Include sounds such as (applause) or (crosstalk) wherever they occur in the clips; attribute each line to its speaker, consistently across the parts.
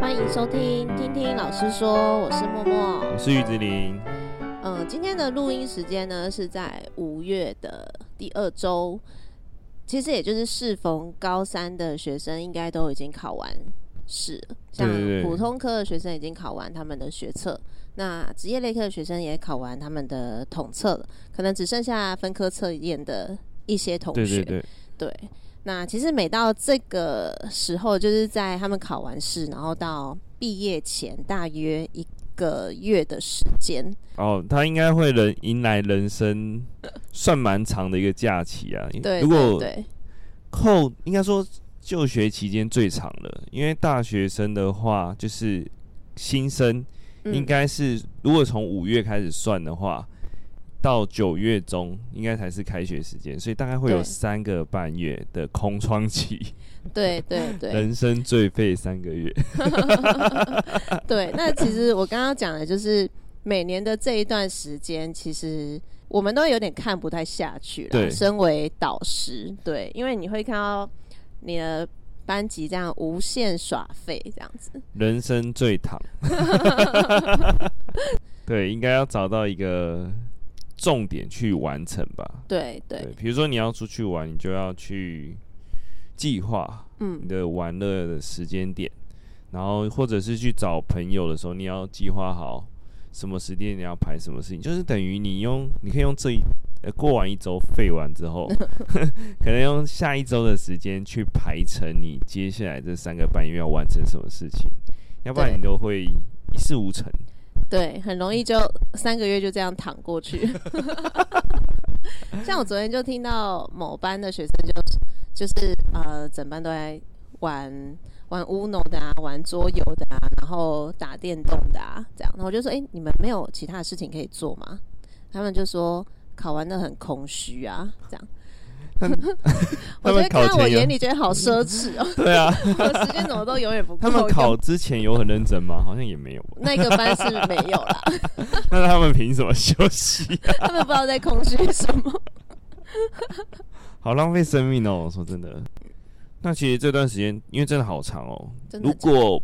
Speaker 1: 欢迎收听《听听老师说》，我是默默。
Speaker 2: 我是玉子林，
Speaker 1: 呃，今天的录音时间呢是在五月的第二周，其实也就是适逢高三的学生应该都已经考完试了，像
Speaker 2: 对对对
Speaker 1: 普通科的学生已经考完他们的学测，那职业类科的学生也考完他们的统测了，可能只剩下分科测验的一些同
Speaker 2: 对
Speaker 1: 学。
Speaker 2: 对对，
Speaker 1: 对，那其实每到这个时候，就是在他们考完试，然后到毕业前大约一个月的时间。
Speaker 2: 哦，他应该会人迎来人生算蛮长的一个假期啊。因
Speaker 1: 对，
Speaker 2: 如果
Speaker 1: 对
Speaker 2: 扣，应该说就学期间最长了，因为大学生的话，就是新生
Speaker 1: 对
Speaker 2: 应、该是、如果从五月开始算的话，到九月中应该才是开学时间，所以大概会有
Speaker 1: 对
Speaker 2: 三个半月的空窗期，
Speaker 1: 嗯、对对对
Speaker 2: 人生最废三个月。
Speaker 1: 对。那其实我刚刚讲的就是每年的这一段时间，其实。我们都有点看不太下去了。
Speaker 2: 对
Speaker 1: 身为导师，对，因为你会看到你的班级这样无限耍废，这样子。
Speaker 2: 人生最躺。对，应该要找到一个重点去完成吧。
Speaker 1: 对对，
Speaker 2: 对，比如说你要出去玩，你就要去计划
Speaker 1: 嗯
Speaker 2: 你，的玩乐的时间点，然后或者是去找朋友的时候，你要计划好什么时间你要排什么事情，就是等于你用你可以用这一。呃，过完一周废完
Speaker 1: (laughs)
Speaker 2: 之后，可能用下一周的时间去排成你接下来这三个半月要完成什么事情，要不然
Speaker 1: 对
Speaker 2: 你都会一事无成。
Speaker 1: 对，很容易就三个月就这样躺过去。像我昨天就听到某班的学生就就是呃，整班都在玩玩 Uno 的啊，玩桌游的啊，然后打电动的啊，这样。然后我就说，哎、你们没有其他的事情可以做吗？他们就说考完的很空虚啊，这
Speaker 2: (laughs)
Speaker 1: 样。 (laughs) 我
Speaker 2: 他
Speaker 1: 觉
Speaker 2: 们
Speaker 1: 得看
Speaker 2: 考
Speaker 1: 到我
Speaker 2: 前有
Speaker 1: 眼里觉得好奢侈哦，
Speaker 2: 对啊，
Speaker 1: 我的时间怎么都永远不够
Speaker 2: 他
Speaker 1: (laughs) 用。
Speaker 2: 们考之前有很认真吗？好像也没有吧。 (laughs)
Speaker 1: 那个班是没有啦，
Speaker 2: 那他们凭什么休息、
Speaker 1: 他们不知道在空虚什么。
Speaker 2: 好浪费生命哦！说真的，那其实这段时间因为真的好长哦。
Speaker 1: 真的
Speaker 2: 如果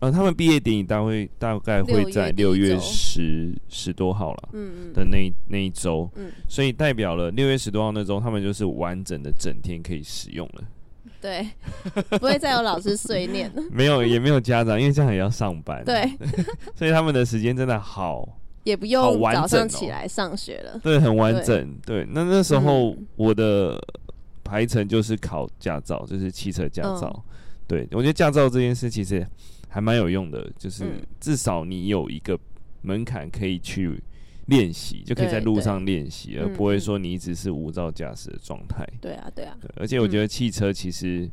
Speaker 2: 呃，他们毕业典礼大会大概会在
Speaker 1: 六
Speaker 2: 六
Speaker 1: 月第一
Speaker 2: 月
Speaker 1: 周
Speaker 2: 十十多号了
Speaker 1: 嗯
Speaker 2: 的那一那一周，
Speaker 1: 嗯
Speaker 2: 所以代表了六月十多号那周，他们就是完整的整天可以使用了，
Speaker 1: 嗯，对， (laughs) 不会再有老师碎
Speaker 2: (laughs)
Speaker 1: 念了。
Speaker 2: 没有也没有家长，因为这样也要上班，，
Speaker 1: 对，
Speaker 2: 所以他们的时间真的好，
Speaker 1: 也不
Speaker 2: 好
Speaker 1: 用
Speaker 2: 完
Speaker 1: 早上
Speaker 2: 整
Speaker 1: 起
Speaker 2: 哦
Speaker 1: 来上学了。
Speaker 2: 对，很完整，对。那那时候
Speaker 1: 嗯
Speaker 2: 我的排程就是考驾照，就是汽车驾照，
Speaker 1: 嗯
Speaker 2: 对我觉得驾照这件事其实还蛮有用的，就是
Speaker 1: 嗯
Speaker 2: 至少你有一个门槛可以去练习，就可以在
Speaker 1: 对
Speaker 2: 路
Speaker 1: 对
Speaker 2: 上练习，而
Speaker 1: 嗯
Speaker 2: 不会
Speaker 1: 嗯
Speaker 2: 说你一直是无照驾驶的状态。
Speaker 1: 对啊，对啊，
Speaker 2: 对，而且我
Speaker 1: 嗯
Speaker 2: 觉得汽车其实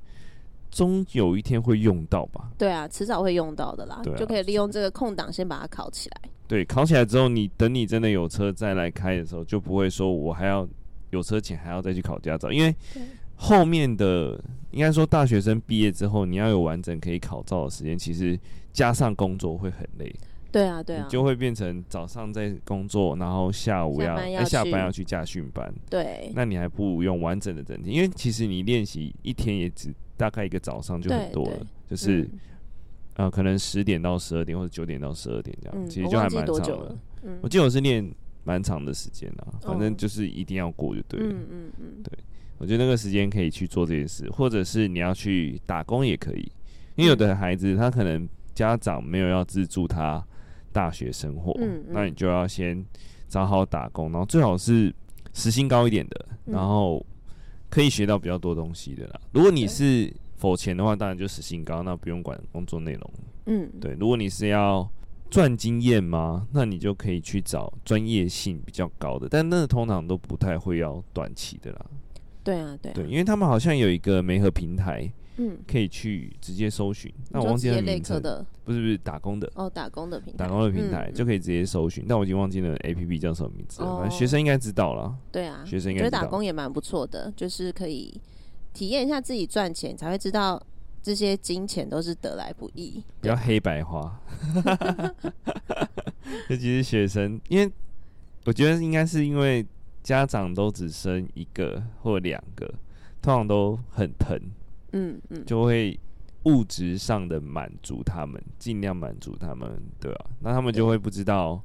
Speaker 2: 终有一天会用到吧。
Speaker 1: 对啊，迟早会用到的啦，
Speaker 2: 对啊
Speaker 1: 就可以利用这个空档先把它考起来。
Speaker 2: 对，考起来之后，你等你真的有车再来开的时候，就不会说我还要有车前还要再去考驾照，因为
Speaker 1: 对
Speaker 2: 后面的应该说大学生毕业之后，你要有完整可以考照的时间，其实加上工作会很累，
Speaker 1: 对啊，对啊
Speaker 2: 你，就会变成早上在工作，然后下午
Speaker 1: 下
Speaker 2: 要
Speaker 1: 班
Speaker 2: 哎
Speaker 1: 要
Speaker 2: 下
Speaker 1: 去
Speaker 2: 班要去驾训班，
Speaker 1: 对
Speaker 2: 那你还不如用完整的整天，因为其实你练习一天也只大概一个早上就
Speaker 1: 对
Speaker 2: 很多
Speaker 1: 对
Speaker 2: 了，就是。
Speaker 1: 嗯
Speaker 2: 呃，可能十点到十二点或者九点到十二点这样，
Speaker 1: 嗯
Speaker 2: 其实
Speaker 1: 我
Speaker 2: 就
Speaker 1: 忘
Speaker 2: 还
Speaker 1: 记
Speaker 2: 蛮
Speaker 1: 多
Speaker 2: 长
Speaker 1: 久
Speaker 2: 的
Speaker 1: 了。嗯
Speaker 2: 我记得我是练蛮长的时间啊，反
Speaker 1: 哦
Speaker 2: 正就是一定要过就对了。
Speaker 1: 嗯嗯嗯，
Speaker 2: 我觉得那个时间可以去做这件事，或者是你要去打工也可以，
Speaker 1: 嗯
Speaker 2: 因为有的孩子他可能家长没有要资助他大学生活，
Speaker 1: 嗯嗯
Speaker 2: 那你就要先找好打工，然后最好是时薪高一点的，
Speaker 1: 嗯
Speaker 2: 然后可以学到比较多东西的啦。如果你是否钱的话，当然就时薪高，那不用管工作内容。
Speaker 1: 嗯，
Speaker 2: 对，如果你是要赚经验吗？那你就可以去找专业性比较高的，但那通常都不太会要短期的啦。
Speaker 1: 对啊，对啊，
Speaker 2: 对，因为他们好像有一个媒合平台
Speaker 1: 嗯，
Speaker 2: 可以去直接搜寻，那
Speaker 1: 你
Speaker 2: 我
Speaker 1: 说
Speaker 2: 忘记
Speaker 1: 职业
Speaker 2: 了
Speaker 1: 类
Speaker 2: 名
Speaker 1: 科
Speaker 2: 称，
Speaker 1: 的
Speaker 2: 不是不是打工的。
Speaker 1: 哦，打工的平台，
Speaker 2: 打工的平台、
Speaker 1: 嗯
Speaker 2: 就可以直接搜寻，但我已经忘记了 A P P 叫什么名字了，反正学
Speaker 1: 哦
Speaker 2: 生应该知道啦。
Speaker 1: 对啊，
Speaker 2: 学生应
Speaker 1: 我觉
Speaker 2: 该
Speaker 1: 得
Speaker 2: 知
Speaker 1: 打
Speaker 2: 道
Speaker 1: 工也蛮不错的，就是可以体验一下自己赚钱，才会知道这些金钱都是得来不易。
Speaker 2: 不要黑白花， (laughs) 尤其是学生，因为我觉得应该是因为家长都只生一个或两个，通常都很疼，
Speaker 1: 嗯嗯，
Speaker 2: 就会物质上的满足他们，尽量满足他们，对啊，那他们就会不知道，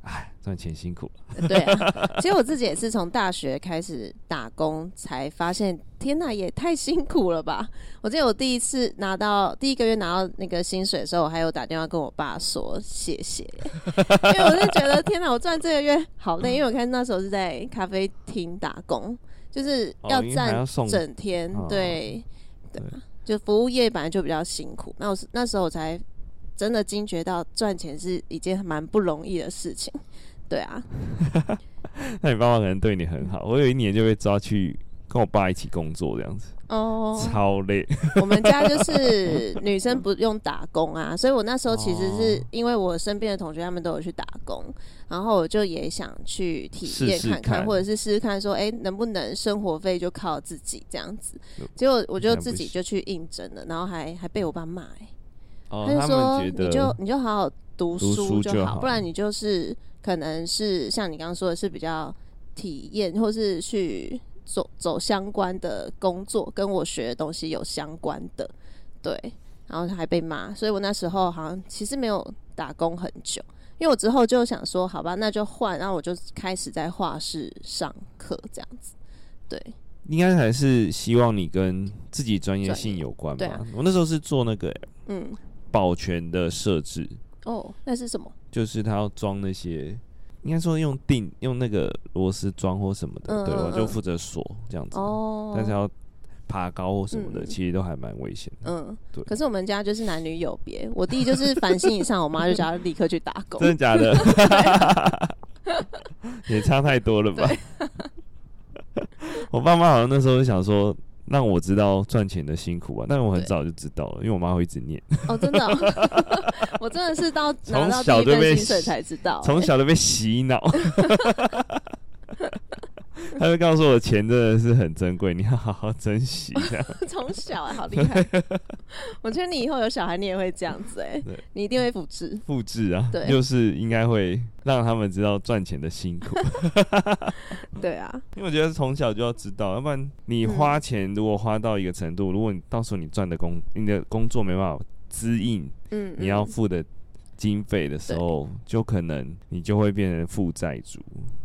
Speaker 2: 哎，赚钱辛苦。
Speaker 1: (laughs) 对啊，其实我自己也是从大学开始打工，才发现天呐，也太辛苦了吧！ (laughs) 我记得我第一次拿到第一个月拿到那个薪水的时候，我还有打电话跟我爸说谢谢， (laughs) 因为我就觉得天呐，我赚这个月好
Speaker 2: (laughs)
Speaker 1: 累，因为我看那时候是在咖啡厅打工，就是
Speaker 2: 哦
Speaker 1: 要
Speaker 2: 因为还
Speaker 1: 站
Speaker 2: 要送
Speaker 1: 整天，
Speaker 2: 哦
Speaker 1: 对对啊
Speaker 2: 对
Speaker 1: 就服务业本来就比较辛苦，那我是那时候我才真的惊觉到赚钱是一件蛮不容易的事情，对啊。
Speaker 2: (laughs) 那你爸妈可能对你很好，我有一年就被抓去跟我爸一起工作，这样子、
Speaker 1: 哦，
Speaker 2: 超累。
Speaker 1: 我们家就是女生不用打工啊，所以我那时候其实是
Speaker 2: 哦
Speaker 1: 因为我身边的同学他们都有去打工，然后我就也想去体验
Speaker 2: 试试
Speaker 1: 看看，
Speaker 2: 看
Speaker 1: 或者是试试看说，哎、能不能生活费就靠自己这样子。结果我就自己就去应征了，然后还还被我爸骂、欸，
Speaker 2: 哦，
Speaker 1: 他就
Speaker 2: (laughs) 他
Speaker 1: 说
Speaker 2: 们觉
Speaker 1: 你就
Speaker 2: 得
Speaker 1: 你就好好读
Speaker 2: 读
Speaker 1: 书
Speaker 2: 书
Speaker 1: 就
Speaker 2: 就
Speaker 1: 好，
Speaker 2: 好
Speaker 1: 不然你就是可能是像你刚刚说的是比较体验，或是去走走相关的工作，跟我学的东西有相关的，对，然后还被骂，所以我那时候好像其实没有打工很久。因为我之后就想说，好吧，那就换，然后我就开始在画室上课这样子，对，
Speaker 2: 应该还是希望你跟自己专业性有关吧。
Speaker 1: 专业
Speaker 2: 我那时候是做那个
Speaker 1: 嗯，
Speaker 2: 保全的设置，
Speaker 1: 哦，那是什么？
Speaker 2: 就是他要装那些，应该说用定用那个螺丝装或什么的，
Speaker 1: 嗯
Speaker 2: 对
Speaker 1: 嗯
Speaker 2: 我就
Speaker 1: 嗯
Speaker 2: 负责锁这样子。
Speaker 1: 哦，
Speaker 2: 但是要爬高或什么的，
Speaker 1: 嗯
Speaker 2: 其实都还蛮危险的。
Speaker 1: 嗯，
Speaker 2: 对
Speaker 1: 可是我们家就是男女有别，我弟
Speaker 2: (laughs)
Speaker 1: 就是繁星以上，我妈就叫他立刻去打工。
Speaker 2: 真的假的？
Speaker 1: (laughs)
Speaker 2: (laughs) 也差太多了吧？ (laughs) 我爸妈好像那时候就想说，让我知道赚钱的辛苦吧，但我很
Speaker 1: 对
Speaker 2: 早就知道了，因为我妈会一直念，
Speaker 1: 哦，真的哦、 (laughs) 我真的是到拿
Speaker 2: 从
Speaker 1: 到
Speaker 2: 小
Speaker 1: 第一
Speaker 2: 就
Speaker 1: 份
Speaker 2: 被
Speaker 1: 薪水才知道、
Speaker 2: 从
Speaker 1: 欸
Speaker 2: 小就被洗脑。他就告诉我，钱真的是很珍贵，你要好好珍惜。啊
Speaker 1: (laughs)
Speaker 2: 这样
Speaker 1: 从小、欸、好厉
Speaker 2: (laughs)
Speaker 1: 害。我觉得你以后有小孩，你也会这样子哎、
Speaker 2: 对
Speaker 1: 你一定会复制。
Speaker 2: 复制啊
Speaker 1: 对，
Speaker 2: 就是应该会让他们知道赚钱的辛
Speaker 1: (laughs)
Speaker 2: 苦。
Speaker 1: 对啊，
Speaker 2: 因为我觉得从小就要知道，要不然你
Speaker 1: 嗯
Speaker 2: 花钱如果花到一个程度，如果你到时候你赚的工，你的工作没办法支应
Speaker 1: 嗯，
Speaker 2: 你要
Speaker 1: 嗯
Speaker 2: 付的经费的时
Speaker 1: 对
Speaker 2: 候，就可能你就会变成负债族。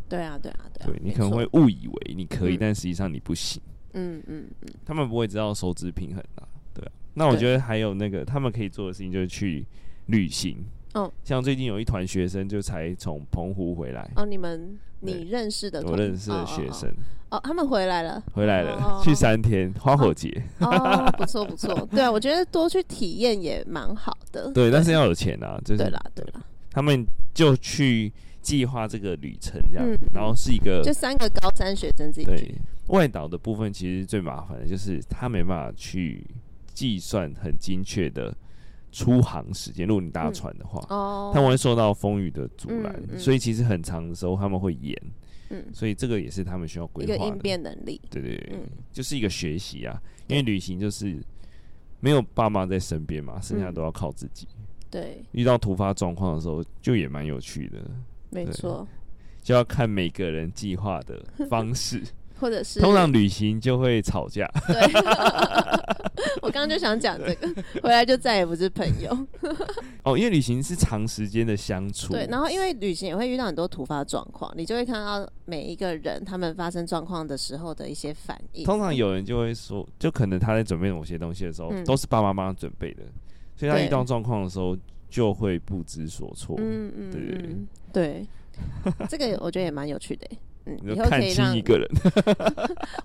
Speaker 1: 对啊，对啊，对啊，
Speaker 2: 对你
Speaker 1: 没
Speaker 2: 可能
Speaker 1: 错
Speaker 2: 会，误以为你可以，
Speaker 1: 嗯
Speaker 2: 但实际上你不行。
Speaker 1: 嗯嗯嗯，
Speaker 2: 他们不会知道收支平衡啊，对啊。那我
Speaker 1: 对
Speaker 2: 觉得还有那个他们可以做的事情就是去旅行。
Speaker 1: 嗯，
Speaker 2: 像最近有一团学生就才从澎湖回来，
Speaker 1: 哦，你们
Speaker 2: 对
Speaker 1: 你认识的同，
Speaker 2: 我认识的学生
Speaker 1: 哦哦哦哦，他们回来
Speaker 2: (laughs)
Speaker 1: 了，
Speaker 2: 回来
Speaker 1: 哦
Speaker 2: 了，去三天花火节。
Speaker 1: 哦，不错不错，对啊，我觉得多去体验也蛮好的。
Speaker 2: 对，但是要有钱啊，就是
Speaker 1: 对啦，对啦。
Speaker 2: 他们就去计划这个旅程这样，
Speaker 1: 嗯
Speaker 2: 然后是一个
Speaker 1: 就三个高三学生自己
Speaker 2: 对
Speaker 1: 去。
Speaker 2: 外岛的部分，其实最麻烦的就是他没办法去计算很精确的出航时间，如果你搭
Speaker 1: 嗯
Speaker 2: 船的话。
Speaker 1: 哦，
Speaker 2: 他们会受到风雨的阻
Speaker 1: 嗯
Speaker 2: 拦，
Speaker 1: 嗯
Speaker 2: 所以其实很长的时候他们会延，
Speaker 1: 嗯，
Speaker 2: 所以这个也是他们需要规
Speaker 1: 一个
Speaker 2: 划
Speaker 1: 应
Speaker 2: 的。
Speaker 1: 变能力，
Speaker 2: 对对对，
Speaker 1: 嗯
Speaker 2: 就是一个学习啊，因为旅行就是没有爸妈在身边嘛，剩下
Speaker 1: 嗯
Speaker 2: 都要靠自己。
Speaker 1: 对，
Speaker 2: 遇到突发状况的时候，就也蛮有趣的，
Speaker 1: 没
Speaker 2: 对
Speaker 1: 错，
Speaker 2: 就要看每个人计划的
Speaker 1: (laughs)
Speaker 2: 方式。
Speaker 1: 或者是
Speaker 2: 通常旅行就会吵架，
Speaker 1: 对， (laughs) 我刚刚就想讲这个，回来就再也不是朋 (laughs) 友。
Speaker 2: 哦，因为旅行是长时间的相处。
Speaker 1: 对，然后因为旅行也会遇到很多突发状况，你就会看到每一个人他们发生状况的时候的一些反应。
Speaker 2: 通常有人就会说，就可能他在准备某些东西的时候，
Speaker 1: 嗯
Speaker 2: 都是爸妈帮他准备的，所以他
Speaker 1: 对
Speaker 2: 遇到状况的时候就会不知所措。
Speaker 1: 嗯嗯
Speaker 2: 对对对
Speaker 1: 嗯，对，这个我觉得也蛮有趣的欸。嗯，
Speaker 2: 你
Speaker 1: 以
Speaker 2: 就
Speaker 1: 后
Speaker 2: 看
Speaker 1: 可以
Speaker 2: 清
Speaker 1: 让
Speaker 2: 一个人，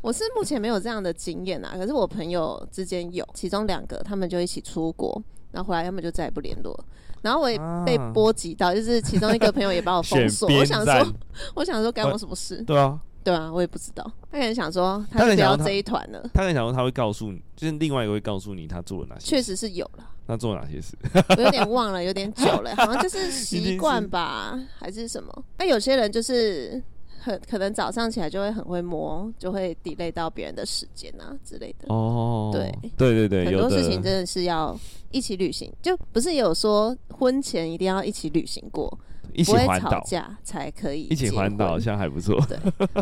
Speaker 1: 我是目前没有这样的经验啊，可是我朋友之间有，其中两个他们就一起出国，然后回来他们就再也不联络了。然后我也被
Speaker 2: 啊
Speaker 1: 波及到，就是其中一个朋友也
Speaker 2: (laughs)
Speaker 1: 把我封
Speaker 2: 选
Speaker 1: 锁。我
Speaker 2: 边
Speaker 1: 想
Speaker 2: 站
Speaker 1: 说，，我想说干我什么事？
Speaker 2: 对啊，
Speaker 1: 对啊，我也不知道。他可能想说，
Speaker 2: 他
Speaker 1: 他就
Speaker 2: 可能
Speaker 1: 不
Speaker 2: 想
Speaker 1: 要
Speaker 2: 说他
Speaker 1: 这一团了。
Speaker 2: 他很想说他会告诉你，就是另外一个会告诉你他做了哪些，
Speaker 1: 确实是有了，
Speaker 2: 他做了哪些
Speaker 1: (laughs)
Speaker 2: 事。
Speaker 1: 我有点忘了，有点久了，好像
Speaker 2: (laughs)
Speaker 1: 就是习惯吧，还是什么？那有些人就是很可能早上起来就会很会摸，就会 delay 到别人的时间啊之类的。
Speaker 2: 哦，
Speaker 1: 对
Speaker 2: 对对对，
Speaker 1: 很
Speaker 2: 有
Speaker 1: 多
Speaker 2: 的
Speaker 1: 事情真的是要一起旅行，就不是有说婚前一定要一起旅行过，
Speaker 2: 一起
Speaker 1: 不会
Speaker 2: 环
Speaker 1: 吵
Speaker 2: 岛，
Speaker 1: 架才可以
Speaker 2: 一起
Speaker 1: 结
Speaker 2: 环岛好
Speaker 1: 婚。
Speaker 2: 像还不错。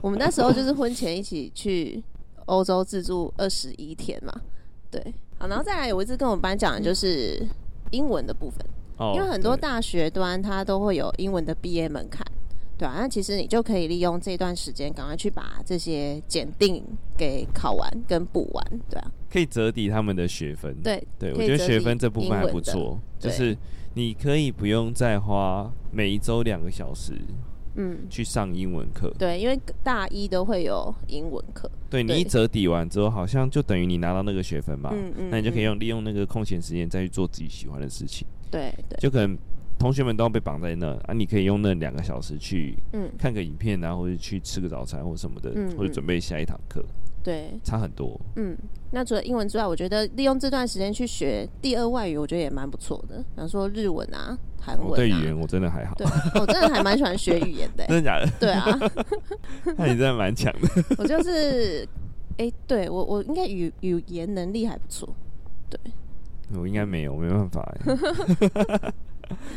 Speaker 1: 我们那时候就是婚前一起去欧洲自助二十一天嘛，对，啊，然后再来，我一直跟我们班讲的就是英文的部分，
Speaker 2: 哦，
Speaker 1: (laughs) 因为很多
Speaker 2: 对
Speaker 1: 大学端它都会有英文的毕业门槛，对啊，那其实你就可以利用这段时间，赶快去把这些检定给考完跟补完，对啊，
Speaker 2: 可以折抵他们的学分。
Speaker 1: 对，
Speaker 2: 对，我
Speaker 1: 可以
Speaker 2: 觉得
Speaker 1: 折
Speaker 2: 学
Speaker 1: 抵
Speaker 2: 分这部分
Speaker 1: 英
Speaker 2: 还
Speaker 1: 文
Speaker 2: 不
Speaker 1: 的
Speaker 2: 错，就
Speaker 1: 对
Speaker 2: 是你可以不用再花每一周两个小时
Speaker 1: 嗯，
Speaker 2: 去上英文课。
Speaker 1: 对，因为大一都会有英文课，
Speaker 2: 对你
Speaker 1: 对
Speaker 2: 一折抵完之后，好像就等于你拿到那个学分嘛，
Speaker 1: 嗯嗯
Speaker 2: 那你就可以
Speaker 1: 嗯
Speaker 2: 用利用那个空闲时间再去做自己喜欢的事情。
Speaker 1: 对对，
Speaker 2: 就可能同学们都要被绑在那啊，你可以用那两个小时去
Speaker 1: 嗯，
Speaker 2: 看个影片啊，或者去吃个早餐或什么的，
Speaker 1: 嗯
Speaker 2: 或者
Speaker 1: 嗯
Speaker 2: 准备下一堂课，
Speaker 1: 对，
Speaker 2: 差很多。
Speaker 1: 嗯，那除了英文之外，我觉得利用这段时间去学第二外语，我觉得也蛮不错的，比方说日文啊、韩
Speaker 2: 我对
Speaker 1: 文
Speaker 2: 语
Speaker 1: 啊。
Speaker 2: 言我真的还好，
Speaker 1: 对，我真的还蛮喜欢学语言的、
Speaker 2: 真的 (laughs) 假的？
Speaker 1: 对啊，
Speaker 2: 那你真的蛮强的。
Speaker 1: 我就是，哎、对我我应该语语言能力还不错。
Speaker 2: 我应该没有，没办法 (laughs) 欸。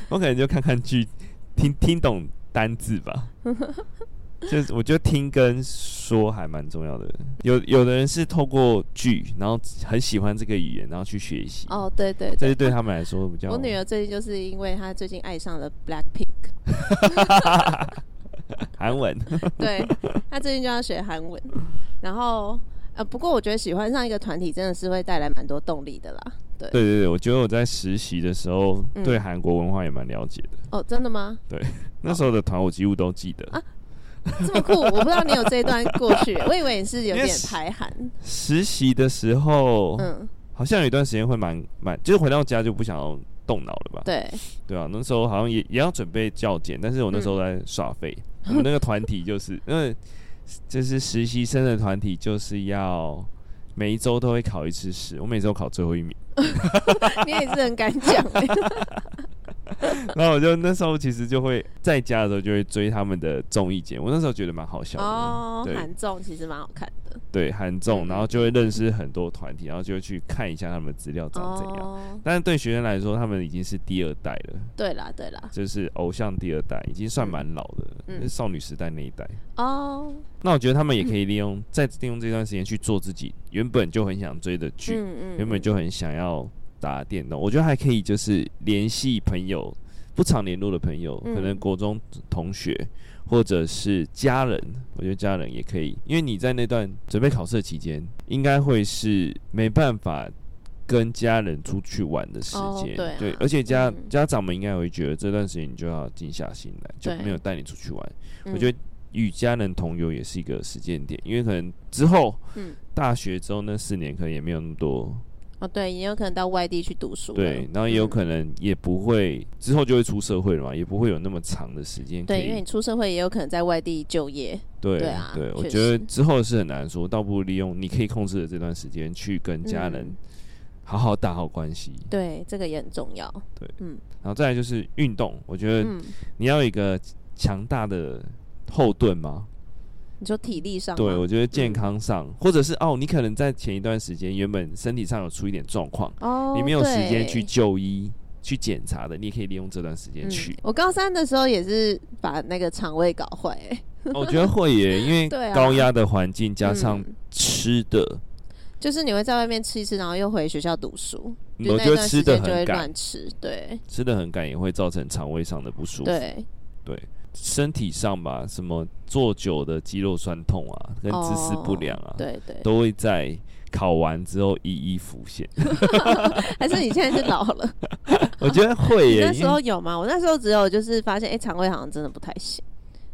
Speaker 2: 我可能就看看剧，听听懂单字
Speaker 1: (laughs)
Speaker 2: 吧。就是我觉得听跟说还蛮重要的。有有的人是透过剧，然后很喜欢这个语言，然后去学习。
Speaker 1: 哦，对对
Speaker 2: 这
Speaker 1: 对，
Speaker 2: 是对他们来说比较。
Speaker 1: 我女儿最近就是因为她最近爱上了 Blackpink，
Speaker 2: 韩文 (laughs)
Speaker 1: 对她最近就要学韩文，然后呃，不过我觉得喜欢上一个团体真的是会带来蛮多动力的啦。对，
Speaker 2: 对对对，我觉得我在实习的时候
Speaker 1: 嗯
Speaker 2: 对韩国文化也蛮了解的。
Speaker 1: 哦，真的吗？
Speaker 2: 那时候的团我几乎都记得。
Speaker 1: 啊这么酷，我不知道你有这一段过去，我以为你是有
Speaker 2: 因
Speaker 1: 点
Speaker 2: 为是哦
Speaker 1: 排韩。
Speaker 2: 实习的时候，
Speaker 1: 嗯，
Speaker 2: 好像有一段时间会蛮蛮，就是回到家就不想要动脑了吧？
Speaker 1: 对，
Speaker 2: 对啊，那时候好像也也要准备教检，但是我那时候在耍废。
Speaker 1: 嗯
Speaker 2: 我们那个团体就是，因为就是实习生的团体，就是要每一周都会考一次试。我每周考最后
Speaker 1: (laughs)
Speaker 2: 一名，
Speaker 1: 你也是很敢
Speaker 2: (laughs)
Speaker 1: 讲、欸。
Speaker 2: 然后我就那时候其实就会在家的时候就会追他们的综艺节目，我那时候觉得蛮好笑的。
Speaker 1: 哦，
Speaker 2: 对
Speaker 1: 韩综其实蛮好看的。
Speaker 2: 对，韩综，
Speaker 1: 嗯
Speaker 2: 然后就会认识很多团体，然后就会去看一下他们的资料长怎样。
Speaker 1: 哦，
Speaker 2: 但是对学生来说，他们已经是第二代了，
Speaker 1: 对啦对啦，
Speaker 2: 就是偶像第二代，已经算蛮老的，
Speaker 1: 嗯
Speaker 2: 就是少女时代那一代。
Speaker 1: 哦，
Speaker 2: 那我觉得他们也可以利用再利用这段时间去做自己原本就很想追的剧，
Speaker 1: 嗯
Speaker 2: 原本就很想要打电动。我觉得还可以就是联系朋友，不常联络的朋友，
Speaker 1: 嗯
Speaker 2: 可能国中同学或者是家人。我觉得家人也可以，因为你在那段准备考试的期间，应该会是没办法。跟家人出去玩的时
Speaker 1: 哦
Speaker 2: 间、
Speaker 1: 对啊
Speaker 2: 而且家、
Speaker 1: 嗯
Speaker 2: 家长们应该会觉得这段时间你就要静下心来，就
Speaker 1: 对
Speaker 2: 没有带你出去玩。
Speaker 1: 嗯
Speaker 2: 我觉得与家人同游也是一个时间点，因为可能之后，
Speaker 1: 嗯
Speaker 2: 大学之后那四年可能也没有那么多，
Speaker 1: 哦，对，也有可能到外地去读书了。
Speaker 2: 对，然后也有可能也不会之后就会出社会了嘛，也不会有那么长的时间
Speaker 1: 嗯
Speaker 2: 可
Speaker 1: 对，因为
Speaker 2: 以
Speaker 1: 你，出社会也有可能在外地就业。
Speaker 2: 对
Speaker 1: 对啊
Speaker 2: 对，我
Speaker 1: 确
Speaker 2: 觉得
Speaker 1: 实
Speaker 2: 之后是很难说，倒不如利用你可以控制的这段时间去跟家人
Speaker 1: 嗯
Speaker 2: 好好打好关系，
Speaker 1: 对，这个也很重要。
Speaker 2: 然后再来就是运动，我觉得
Speaker 1: 嗯，
Speaker 2: 你要有一个强大的后盾嘛，
Speaker 1: 你说体力上吗，
Speaker 2: 对，我觉得健
Speaker 1: 嗯
Speaker 2: 康上，或者是哦，你可能在前一段时间原本身体上有出一点状况，
Speaker 1: 哦，
Speaker 2: 你没有时
Speaker 1: 对
Speaker 2: 间去就医去检查的，你也可以利用这段时间去
Speaker 1: (laughs) 嗯。。我高三的时候也是把那个肠胃搞坏、欸
Speaker 2: 哦我觉得会耶，因为
Speaker 1: (laughs) 对啊
Speaker 2: 高压的环境加上
Speaker 1: 嗯
Speaker 2: 吃的，
Speaker 1: 就是你会在外面吃一吃，然后又回学校读书，就
Speaker 2: 嗯我
Speaker 1: 那
Speaker 2: 觉得
Speaker 1: 段
Speaker 2: 吃
Speaker 1: 时
Speaker 2: 的
Speaker 1: 间就会
Speaker 2: 很赶，
Speaker 1: 乱吃，对
Speaker 2: 吃的很赶也会造成肠胃上的不舒服。
Speaker 1: 对，
Speaker 2: 对身体上吧，什么坐久的肌肉酸痛啊，跟姿势不
Speaker 1: 哦
Speaker 2: 良啊，
Speaker 1: 对对，
Speaker 2: 都会在考完之后一一浮现。 (laughs)
Speaker 1: 还是你现在是老了？
Speaker 2: 我觉得会
Speaker 1: 你
Speaker 2: 耶，
Speaker 1: 那
Speaker 2: 因
Speaker 1: 时
Speaker 2: 为
Speaker 1: 候有吗？我那时候只有就是发现，哎、肠胃好像真的不太行，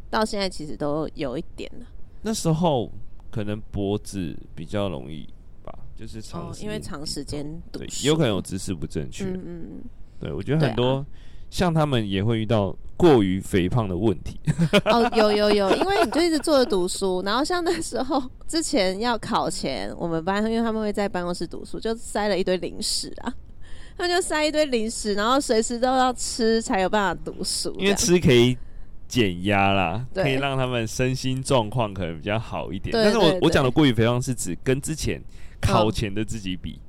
Speaker 1: 到现在其实都有一点了，
Speaker 2: 那时候可能脖子比较容易吧，就是
Speaker 1: 哦
Speaker 2: 长时，间、
Speaker 1: 因为长时间读
Speaker 2: 对，
Speaker 1: 书，
Speaker 2: 有可能有姿势不正确。
Speaker 1: 嗯嗯嗯
Speaker 2: 对我觉得
Speaker 1: 对
Speaker 2: 很
Speaker 1: 啊
Speaker 2: 多、像他们也会遇到过于肥胖的问
Speaker 1: (laughs)
Speaker 2: 题。
Speaker 1: 哦，有有有，因为你就一直坐着读书，然后像那时候之前要考前，我们班因为他们会在办公室读书，就塞了一堆零食啊，他们就塞一堆零食，然后随时都要吃才有办法读书，
Speaker 2: 因为
Speaker 1: 这样
Speaker 2: 吃可以减压啦，
Speaker 1: 啊对
Speaker 2: 可以让他们身心状况可能比较好一点。
Speaker 1: 对
Speaker 2: 但是我
Speaker 1: 对
Speaker 2: 我
Speaker 1: 对
Speaker 2: 讲的过于肥胖是指跟之前考
Speaker 1: 嗯
Speaker 2: 前的自己比，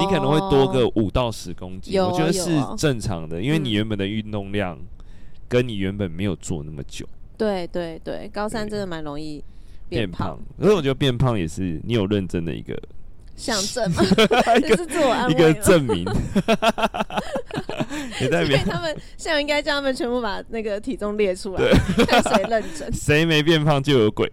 Speaker 2: 你可能会多个
Speaker 1: 哦
Speaker 2: 五到十公斤，
Speaker 1: 有
Speaker 2: 我觉
Speaker 1: 啊
Speaker 2: 得
Speaker 1: 有
Speaker 2: 是
Speaker 1: 啊
Speaker 2: 正常的，因为你
Speaker 1: 嗯
Speaker 2: 原本的运动量跟你原本没有做那么久。
Speaker 1: 对对对，高三
Speaker 2: 对
Speaker 1: 真的蛮容易
Speaker 2: 变
Speaker 1: 胖
Speaker 2: 胖，，所以我觉得变胖也是你有认真的一个
Speaker 1: 象征
Speaker 2: (laughs)
Speaker 1: 嘛，就是啊自我安
Speaker 2: 一
Speaker 1: 慰哦
Speaker 2: 个
Speaker 1: 嘛。
Speaker 2: 证
Speaker 1: (laughs)
Speaker 2: 明，也代
Speaker 1: 所
Speaker 2: 表
Speaker 1: 以他们现在应该叫他们全部把那个体重列出来，看谁认
Speaker 2: (laughs)
Speaker 1: 真。
Speaker 2: 谁没变胖就
Speaker 1: (laughs)
Speaker 2: 有鬼。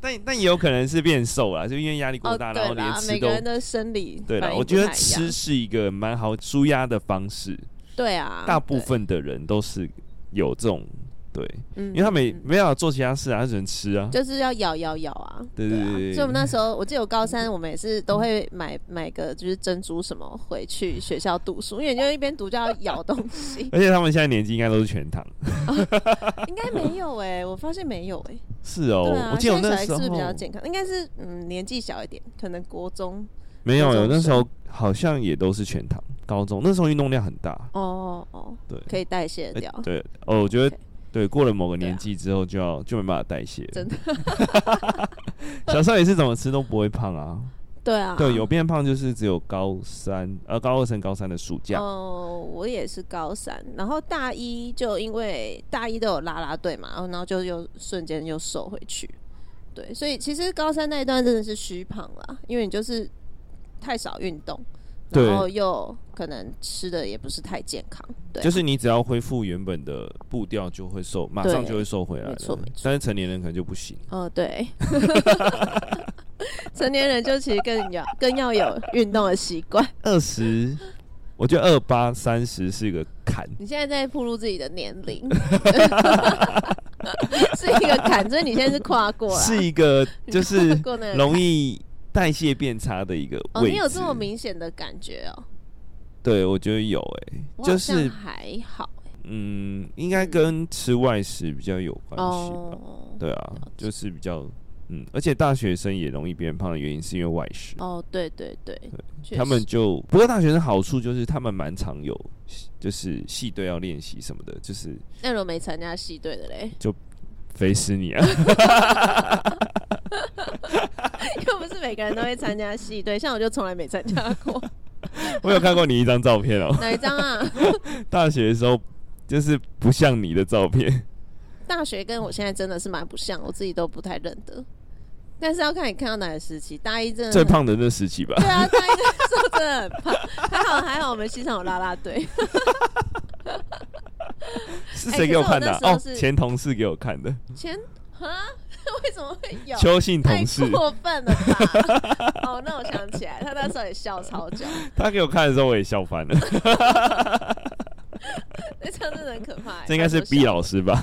Speaker 2: 但但也有可能是变瘦了，就因为压力过
Speaker 1: 哦，
Speaker 2: 大，然后
Speaker 1: 对
Speaker 2: 连
Speaker 1: 啦，每
Speaker 2: 吃
Speaker 1: 个
Speaker 2: 都
Speaker 1: 人的生理
Speaker 2: 对
Speaker 1: 反
Speaker 2: 了。
Speaker 1: 应
Speaker 2: 我
Speaker 1: 不
Speaker 2: 觉得
Speaker 1: 太一
Speaker 2: 吃
Speaker 1: 样
Speaker 2: 是一个蛮好舒压的方式，
Speaker 1: 对啊，
Speaker 2: 大部
Speaker 1: 对，
Speaker 2: 分的人都是有这种对，
Speaker 1: 嗯
Speaker 2: 因为他没
Speaker 1: 嗯
Speaker 2: 没办法做其他事啊，他只能吃啊。
Speaker 1: 就是要咬咬咬啊，
Speaker 2: 对
Speaker 1: 对啊
Speaker 2: 对对，
Speaker 1: 所以我们那时候，我记得我高三，我们也是都会买买个就是珍珠什么回去学校读书，因为你就一边读就要咬东西 (laughs)
Speaker 2: 而且他们现在年纪应该都是全糖，
Speaker 1: 应该没有哎、我发现没有哎、
Speaker 2: 是哦
Speaker 1: 对，啊，
Speaker 2: 我记得我
Speaker 1: 现在小
Speaker 2: 那
Speaker 1: 孩
Speaker 2: 时
Speaker 1: 是
Speaker 2: 候
Speaker 1: 不是比较健康？应该是嗯年纪小一点，可能国中
Speaker 2: 没有，
Speaker 1: 高中
Speaker 2: 我那时候好像也都是全糖。高中那时候运动量很大，
Speaker 1: 哦哦，
Speaker 2: 对
Speaker 1: 可以代谢
Speaker 2: 哎
Speaker 1: 掉，
Speaker 2: 对哦，我觉得
Speaker 1: OK
Speaker 2: 对，过了某个
Speaker 1: 对
Speaker 2: 年
Speaker 1: 啊
Speaker 2: 纪之后就要就没办法代谢了。
Speaker 1: 真的，
Speaker 2: (laughs) 小时候也是怎么吃都不会胖啊。
Speaker 1: 对啊，
Speaker 2: 对，有变胖就是只有高三呃高二升高三的暑假，
Speaker 1: 哦，我也是高三，然后大一就因为大一都有啦啦队嘛，然后然后就又瞬间又瘦回去。对，所以其实高三那一段真的是虚胖啦，因为你就是太少运动，
Speaker 2: 对
Speaker 1: 然后又可能吃的也不是太健康。对啊，
Speaker 2: 就是你只要恢复原本的步调就会瘦，马上
Speaker 1: 对
Speaker 2: 就会瘦回来
Speaker 1: 没错
Speaker 2: 了
Speaker 1: 没错。
Speaker 2: 但是成年人可能就不行。
Speaker 1: 哦、
Speaker 2: (laughs)
Speaker 1: 对，成年人就其实更要更要有运动的习惯。
Speaker 2: 二十，我觉得二八三十是一个坎，
Speaker 1: 你现在在暴露自己的年
Speaker 2: (laughs)
Speaker 1: 龄， (laughs) 是一个坎，所以你现在是跨过了，
Speaker 2: 是一个就是
Speaker 1: 过那个坎
Speaker 2: 容易代谢变差的一个
Speaker 1: 呃哦，
Speaker 2: 位置。
Speaker 1: 你有这么？明显的感觉哦？
Speaker 2: 对，我觉得有诶、
Speaker 1: 我
Speaker 2: 就
Speaker 1: 好像
Speaker 2: 是
Speaker 1: 还好
Speaker 2: 嗯，应该
Speaker 1: 嗯
Speaker 2: 跟吃外食比较有关系吧。
Speaker 1: 哦，
Speaker 2: 对啊
Speaker 1: 了，解
Speaker 2: 就是比较嗯，而且大学生也容易变胖的原因是因为外食，
Speaker 1: 哦，对对对，确
Speaker 2: 他们
Speaker 1: 实
Speaker 2: 就不过大学生好处就是他们蛮常有就是系队要练习什么的，就是
Speaker 1: 那种没参加系队的嘞， (laughs)
Speaker 2: 肥死你啊！
Speaker 1: 又不是每个人都会参加系队，像我就从来没参加
Speaker 2: (laughs)
Speaker 1: 过
Speaker 2: 我有看过你一张照片
Speaker 1: (laughs)
Speaker 2: 哦，
Speaker 1: 哪一张啊？
Speaker 2: 大学的时候就是不像你的照片，
Speaker 1: 大学跟我现在真的是蛮不像，我自己都不太认得。但是要看你看到哪个时期，大一真的
Speaker 2: 最
Speaker 1: 很。
Speaker 2: 胖的那时期吧。
Speaker 1: 对啊，大一的时候真的很胖，还好还好我们系上有啦啦队，
Speaker 2: 是
Speaker 1: 哎可
Speaker 2: 谁给我
Speaker 1: 是我
Speaker 2: 看的啊
Speaker 1: 那时？候
Speaker 2: 哦，
Speaker 1: 是
Speaker 2: 前同事给我看的，
Speaker 1: 前啊 (laughs) 为什么会有？
Speaker 2: 邱姓
Speaker 1: 太
Speaker 2: 同事，
Speaker 1: 过分了吧？
Speaker 2: (laughs)
Speaker 1: 哦，那我想起来，他那时候也笑超久， (laughs) 欸
Speaker 2: 他给我看的时候我也笑翻了。
Speaker 1: 那这样真的很可怕欸。
Speaker 2: 这应该是
Speaker 1: 他说
Speaker 2: B
Speaker 1: 笑
Speaker 2: 老师
Speaker 1: (laughs)
Speaker 2: 吧？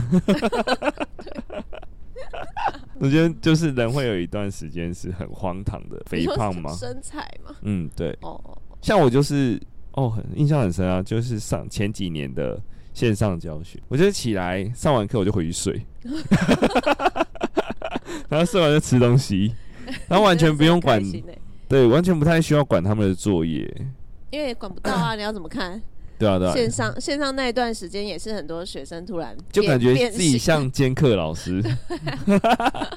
Speaker 2: 我觉得就是人会有一段时间是很荒唐的肥胖
Speaker 1: 你
Speaker 2: 吗
Speaker 1: 说？身材吗？
Speaker 2: 嗯，对。
Speaker 1: 哦，
Speaker 2: 像我就是哦，很印象很深啊，就是上前几年的线上教学，我就是起来上完课我就回
Speaker 1: (laughs)
Speaker 2: 去睡，然后睡完就吃
Speaker 1: (laughs)
Speaker 2: 东西，然后完全不用管
Speaker 1: 真，的是很开心欸
Speaker 2: 对，完全不太需要管他们的作业。
Speaker 1: 因为也管不到
Speaker 2: (laughs)
Speaker 1: 啊，你要怎么看？
Speaker 2: 对啊，对啊，
Speaker 1: 线上线上那一段时间也是很多学生突然
Speaker 2: 就
Speaker 1: 变
Speaker 2: 感觉
Speaker 1: 变
Speaker 2: 自己
Speaker 1: 形
Speaker 2: 像兼课
Speaker 1: (laughs)
Speaker 2: 老师，
Speaker 1: 对啊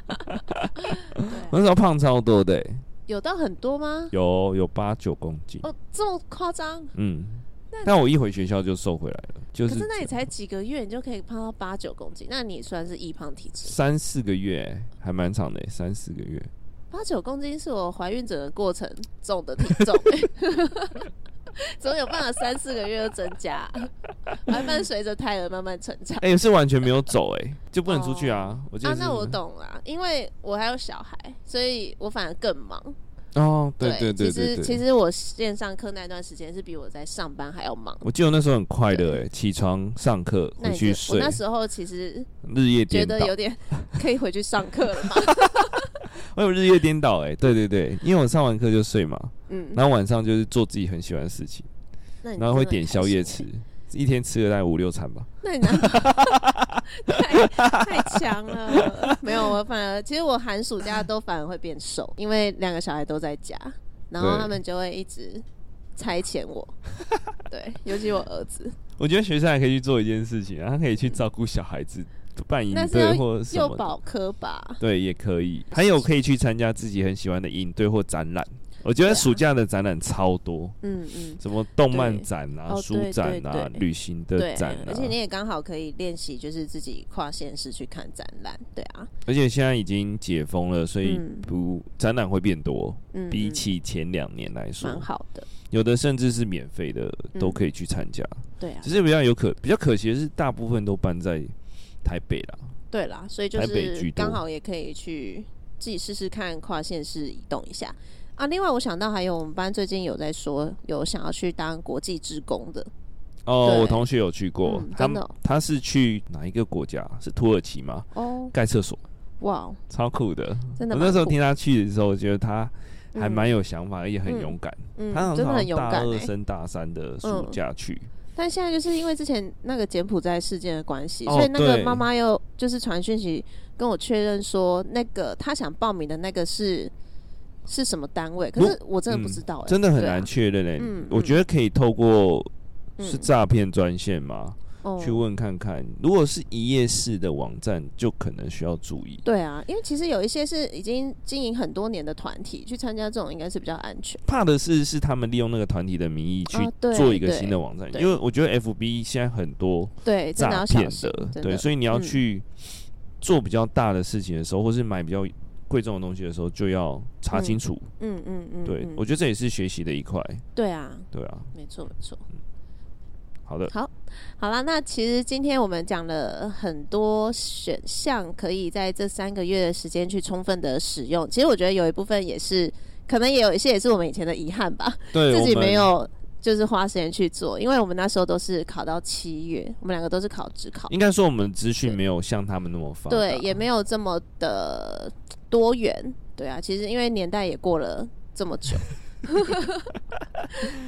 Speaker 2: 那时候胖超多的欸、
Speaker 1: 有到很多吗？
Speaker 2: 有有八九公斤，
Speaker 1: 哦，这么夸张？
Speaker 2: 嗯
Speaker 1: 那，
Speaker 2: 但我一回学校就瘦回来了，就
Speaker 1: 可
Speaker 2: 是
Speaker 1: 是那你才几个月，你就可以胖到八九公斤，那你算是易胖体质。
Speaker 2: 三四个月欸，还蛮长的欸，三四个
Speaker 1: 啊
Speaker 2: 月。
Speaker 1: 八九公斤是我怀孕整个过程重的体重、欸 (laughs) 总有办法三四个月就增加，还伴随着胎儿慢慢成长。
Speaker 2: 哎、是完全没有走哎、就不能出去啊！我记得
Speaker 1: 啊，
Speaker 2: 是
Speaker 1: 那我懂啦，因为我还有小孩，所以我反而更忙。
Speaker 2: 哦，对对对
Speaker 1: 其
Speaker 2: 对
Speaker 1: 实
Speaker 2: 对。
Speaker 1: 其实我线上课那段时间是比我在上班还要忙。
Speaker 2: 我记得我那时候很快乐哎、起床上课
Speaker 1: 那
Speaker 2: 回
Speaker 1: 你
Speaker 2: 去
Speaker 1: 就我
Speaker 2: 睡
Speaker 1: 那，时候其实
Speaker 2: 日夜
Speaker 1: 觉
Speaker 2: 颠倒
Speaker 1: 得，有点 (laughs) 可以回去上课了嘛。
Speaker 2: 我有日夜颠倒哎、对对对，因为我上完课就睡嘛，
Speaker 1: 嗯，
Speaker 2: 然后晚上就是做自己很喜欢的事情，
Speaker 1: 那你
Speaker 2: 然后会
Speaker 1: 真的很
Speaker 2: 点
Speaker 1: 开
Speaker 2: 宵夜
Speaker 1: 心欸
Speaker 2: 吃，一天吃了大概五六餐吧。
Speaker 1: 那你男朋友太太强了，没有我反而其实我寒暑假都反而会变瘦，因为两个小孩都在家，然后
Speaker 2: 对
Speaker 1: 他们就会一直差遣
Speaker 2: (laughs)
Speaker 1: 我，对，尤其我儿子
Speaker 2: 我觉得学生还可以去做一件事情啊，他可以去照顾小孩子，办营
Speaker 1: 那是要
Speaker 2: 队或什
Speaker 1: 幼
Speaker 2: 么的。
Speaker 1: 保科吧，
Speaker 2: (laughs) 对，也可以。还有可以去参加自己很喜欢的营队或展览，我觉得
Speaker 1: 对啊
Speaker 2: 暑假的展览超多，
Speaker 1: 嗯嗯，
Speaker 2: 什么动漫
Speaker 1: 对
Speaker 2: 展啊、
Speaker 1: 哦
Speaker 2: 书
Speaker 1: 对
Speaker 2: 展
Speaker 1: 对
Speaker 2: 啊、
Speaker 1: 对
Speaker 2: 旅行
Speaker 1: 对
Speaker 2: 的展啊，
Speaker 1: 而且你也刚好可以练习，就是自己跨县市去看展览，对啊，
Speaker 2: 而且现在已经解封了，所以
Speaker 1: 嗯
Speaker 2: 不展览会变多，
Speaker 1: 嗯，
Speaker 2: 比
Speaker 1: 嗯
Speaker 2: 起前两年来说
Speaker 1: 蛮，好的，
Speaker 2: 有的甚至是免费的都
Speaker 1: 嗯
Speaker 2: 可以去参加。
Speaker 1: 对啊
Speaker 2: 只，是比较有可比较可惜的是，大部分都办在台北啦。
Speaker 1: 对啦，所以就
Speaker 2: 台北
Speaker 1: 是
Speaker 2: 居多
Speaker 1: 刚好也可以去自己试试看跨县市移动一下啊。另外，我想到还有我们班最近有在说有想要去当国际职工的，
Speaker 2: 哦，
Speaker 1: 对
Speaker 2: 我同学有去过，
Speaker 1: 嗯
Speaker 2: 他
Speaker 1: 真的
Speaker 2: 们
Speaker 1: 哦
Speaker 2: 他是去哪一个国家？是土耳其吗？
Speaker 1: 哦，
Speaker 2: 盖厕所，
Speaker 1: 哇，
Speaker 2: 超酷的。
Speaker 1: 真的
Speaker 2: 我
Speaker 1: 蛮
Speaker 2: 那时候
Speaker 1: 酷
Speaker 2: 听他去的时候，我觉得他还
Speaker 1: 嗯
Speaker 2: 蛮有想法，也很
Speaker 1: 嗯
Speaker 2: 勇敢。
Speaker 1: 嗯
Speaker 2: 他好，
Speaker 1: 真的
Speaker 2: 像
Speaker 1: 很勇
Speaker 2: 大
Speaker 1: 敢
Speaker 2: 二
Speaker 1: 哎、
Speaker 2: 升大三的暑
Speaker 1: 嗯
Speaker 2: 假去，
Speaker 1: 但现在就是因为之前那个柬埔寨事件的关系，
Speaker 2: 哦
Speaker 1: 所以那个
Speaker 2: 对
Speaker 1: 妈妈又就是传讯息跟我确认说，那个她想报名的那个是是什么单位，可
Speaker 2: 如
Speaker 1: 是我真的不
Speaker 2: 嗯
Speaker 1: 知道、欸
Speaker 2: 真的很
Speaker 1: 对啊
Speaker 2: 难确认诶、欸
Speaker 1: 嗯
Speaker 2: 我
Speaker 1: 嗯
Speaker 2: 觉得可以透过是
Speaker 1: 嗯
Speaker 2: 诈骗专线吗？
Speaker 1: 哦
Speaker 2: 去问看看。如果是一页式的网站，就可能需要注意。
Speaker 1: 对啊，因为其实有一些是已经经营很多年的团体去参加这种，应该是比较安全。
Speaker 2: 怕的是，是他们利用那个团体的名义去
Speaker 1: 哦对
Speaker 2: 做一个
Speaker 1: 对
Speaker 2: 新的网站，
Speaker 1: 对
Speaker 2: 因为我觉得 FB 现在很多
Speaker 1: 对，真的
Speaker 2: 诈
Speaker 1: 要小
Speaker 2: 骗
Speaker 1: 心
Speaker 2: 的，，
Speaker 1: 真
Speaker 2: 对，
Speaker 1: 的。
Speaker 2: 所以你要
Speaker 1: 嗯
Speaker 2: 去做比较大的事情的时候，或是买比较贵重的东西的时候，就要查清楚。
Speaker 1: 嗯嗯嗯，
Speaker 2: 对
Speaker 1: 嗯，
Speaker 2: 我觉得这也是学习的一块。
Speaker 1: 对啊，
Speaker 2: 对啊，
Speaker 1: 没错没错。
Speaker 2: 好的，
Speaker 1: 好啦，那其实今天我们讲了很多选项，可以在这三个月的时间去充分的使用。其实我觉得有一部分也是，可能也有一些也是我们以前的遗憾吧，
Speaker 2: 对
Speaker 1: 自己
Speaker 2: 我们
Speaker 1: 没有就是花时间去做，因为我们那时候都是考到七月，我们两个都是考职考，
Speaker 2: 应该说我们资讯
Speaker 1: 对
Speaker 2: 没有像他们那么发达，
Speaker 1: 对，也没有这么的多元。对啊，其实因为年代也过了这么久， (laughs)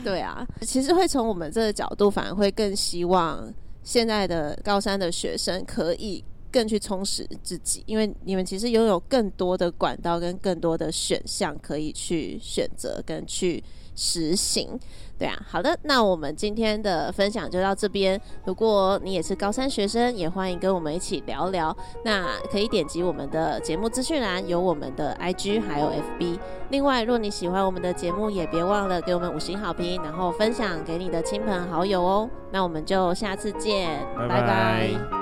Speaker 1: 对啊，其实会从我们这个角度，反而会更希望现在的高三的学生可以。更去充实自己，因为你们其实拥有更多的管道跟更多的选项可以去选择跟去实行。对啊，好的，那我们今天的分享就到这边。如果你也是高三学生，也欢迎跟我们一起聊聊。那可以点击我们的节目资讯栏，有我们的 IG 还有 FB。另外，若你喜欢我们的节目，也别忘了给我们五星好评，然后分享给你的亲朋好友哦。那我们就下次见，拜
Speaker 2: 拜
Speaker 1: 拜
Speaker 2: 拜